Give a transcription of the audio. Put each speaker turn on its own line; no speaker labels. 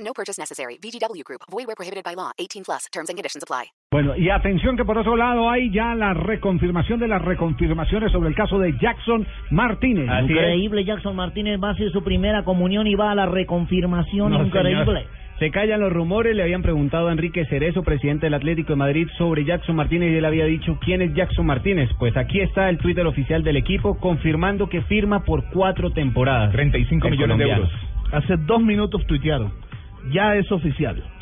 No purchase necessary. VGW Group. Void where prohibited by law. 18 plus. Terms and conditions apply.
Bueno, y atención que por otro lado hay ya la reconfirmación de las reconfirmaciones sobre el caso de Jackson Martínez.
Así increíble, es. Jackson Martínez va a hacer su primera comunión y va a la reconfirmación.
No,
increíble.
señor. Se callan los rumores, le habían preguntado a Enrique Cerezo, presidente del Atlético de Madrid, sobre Jackson Martínez y él había dicho, ¿quién es Jackson Martínez? Pues aquí está el Twitter oficial del equipo confirmando que firma por cuatro temporadas.
35
El
millones de
colombiano.
euros. Hace dos minutos tuitearon. Ya es oficial.